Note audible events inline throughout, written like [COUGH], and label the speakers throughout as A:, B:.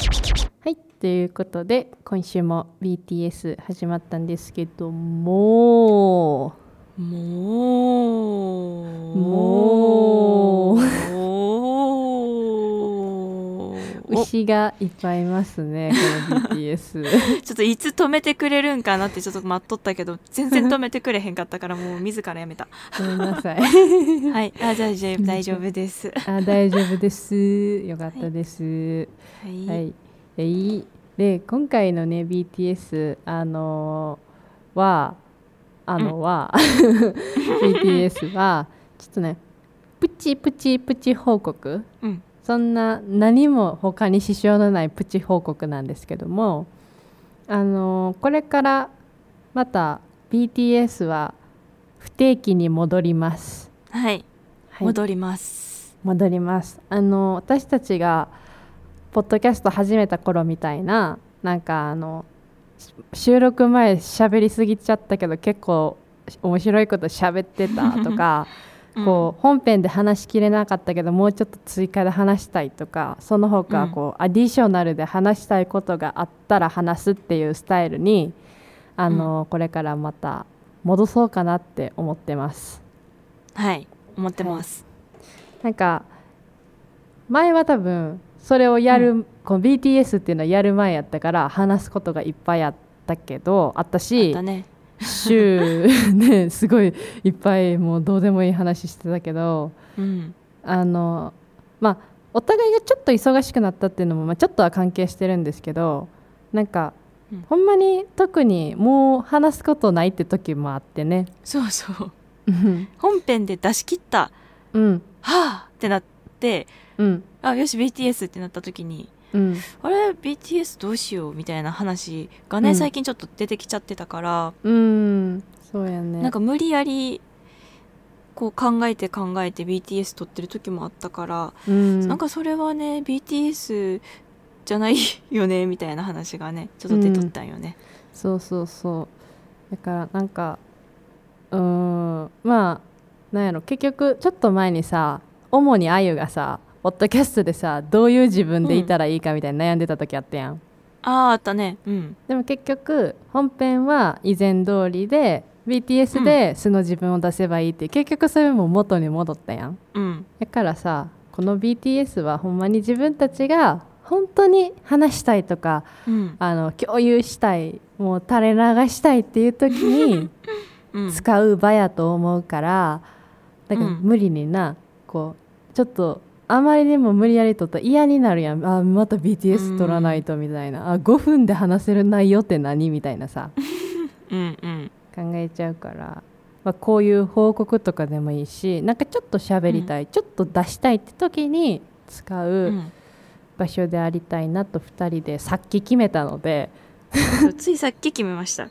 A: はいということで今週も BTS 始まったんですけども
B: もう
A: もう
B: もう [LAUGHS] おち
A: 牛がいっぱいいますねこの BTS
B: ょっといつ止めてくれるんかなってちょっと待っとったけど全然止めてくれへんかったからもう自らやめた
A: ごめんなさい
B: [LAUGHS] はいあじゃあじゃあ大丈夫ですは
A: あ大丈夫ですよかったです、
B: い、
A: はい、えいで今回のね BTS あのーはあのは、BTS はちょっとねプチプチプチ報告
B: うん
A: そんな何も他に支障のないプチ報告なんですけどもあのーこれからまた BTS は不定期に戻ります。
B: はい、
A: はい
B: 戻ります
A: 戻りますあの私たちがポッドキャスト始めた頃みたいななんかあのし収録前喋りすぎちゃったけど結構面白いこと喋ってたと
B: [LAUGHS]
A: か、こう本編で話しきれなかったけどもうちょっと追加で話したいとかその他こう、アディショナルで話したいことがあったら話すっていうスタイルにあの、これからまた戻そうかなって思ってます。
B: うんはい思ってます、
A: なんか前は多分それをやる、この BTS っていうのはやる前やったから話すことがいっぱいあったけどあった
B: あっ
A: した
B: ね
A: 週ねすごいいっぱいもうどうでもいい話してたけど
B: うん
A: あのまあお互いがちょっと忙しくなったっていうのも、まあ、ちょっとは関係してるんですけどなんか、
B: うん
A: ほんまに特にもう話すことないって時もあって
B: [LAUGHS]
A: ね。
B: そうそう
A: うん
B: 本編で出し切った
A: うん
B: はあってなって
A: うん
B: あよし BTS ってなった時に
A: うん
B: あれ BTS どうしようみたいな話がね、
A: うん
B: 最近ちょっと出てきちゃってたから、
A: うんそうやね
B: なんか無理やりこう考えて考えて BTS 撮ってる時もあったから、
A: うん
B: なんかそれはね BTS じゃないよねみたいな話がねちょっと出とったんよね。
A: そうそうそうだからなんかうーんまあなんやろ結局ちょっと前にさ主にあゆがさポッドキャストでさどういう自分でいたらいいかみたいな悩んでた時あったやん、
B: あああったねうん
A: でも結局本編は以前通りで BTS で素の自分を出せばいいって、結局それも元に戻ったやん
B: うん
A: だからさこの BTS はほんまに自分たちが本当に話したいとか
B: うん
A: あの共有したいもう垂れ流したいっていう時に
B: うん
A: 使う場やと思うからだから
B: うん
A: 無理にな、こうちょっとあまりにも無理やりとったら嫌になるやんあまた BTS 撮らないとみたいな、あ5分で話せる内容って何みたいな
B: [LAUGHS]
A: さ
B: うんうん
A: 考えちゃうから、まあ、こういう報告とかでもいいしなんかちょっと喋りたい、ちょっと出したいって時に使
B: う
A: うん場所でありたいなと2人でさっき決めたので
B: そうついさっき決めました。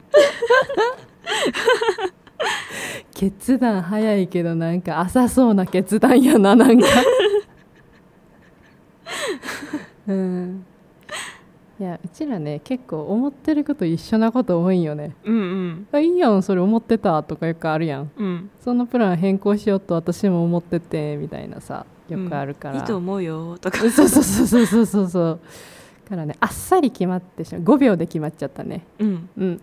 A: 決断早いけどなんか浅そうな決断やななん
B: [LAUGHS]
A: かうんいやうちらね結構思ってること一緒なこと多いんよね
B: うんうん
A: あいいやんそれ思ってたとかよくあるやん
B: うん
A: そのプラン変更しようと私も思っててみたいなさよくあるから、
B: いいと思うよとか
A: そうそうそうそうそうそうそうからねあっさり決まってしまう5秒で決まっちゃったね
B: うん
A: うん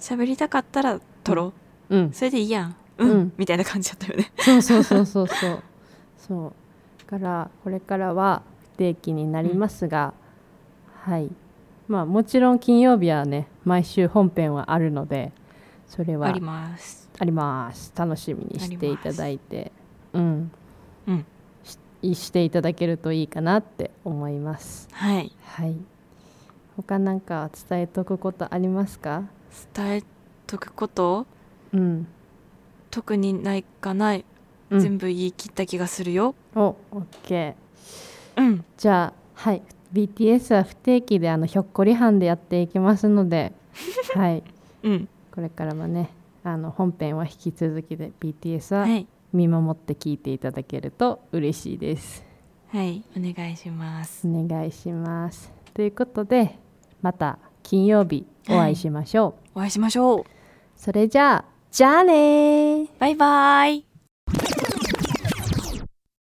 B: 喋りたかったら撮ろう、
A: うん
B: それでいいやんうん、
A: うん
B: みたいな感じだったよね
A: そうそうそうそうそう。そう。だからこれからは不定期になりますが、はい。まあもちろん金曜日はね毎週本編はあるので、それは
B: [LAUGHS] あります
A: あります。楽しみにしていただいて、うん、
B: うん
A: ししていただけるといいかなって思います。
B: はい
A: はい。他なんか伝えとくことありますか？
B: 伝えとくこと
A: うん。
B: 特にないかない、
A: うん
B: 全部言い切った気がするよ
A: お、オッケー。
B: うん
A: じゃあはい BTS は不定期であのひょっこり班でやっていきますの [LAUGHS] で、はい、
B: うん
A: これからもねあの本編は引き続きで BTS
B: は
A: はい見守って聞いていただけると嬉しいです。
B: はいお願いします
A: お願いしますということでまた金曜日お会いしましょう。
B: お会いしましょう
A: それじゃあじゃあねー
B: バイバイ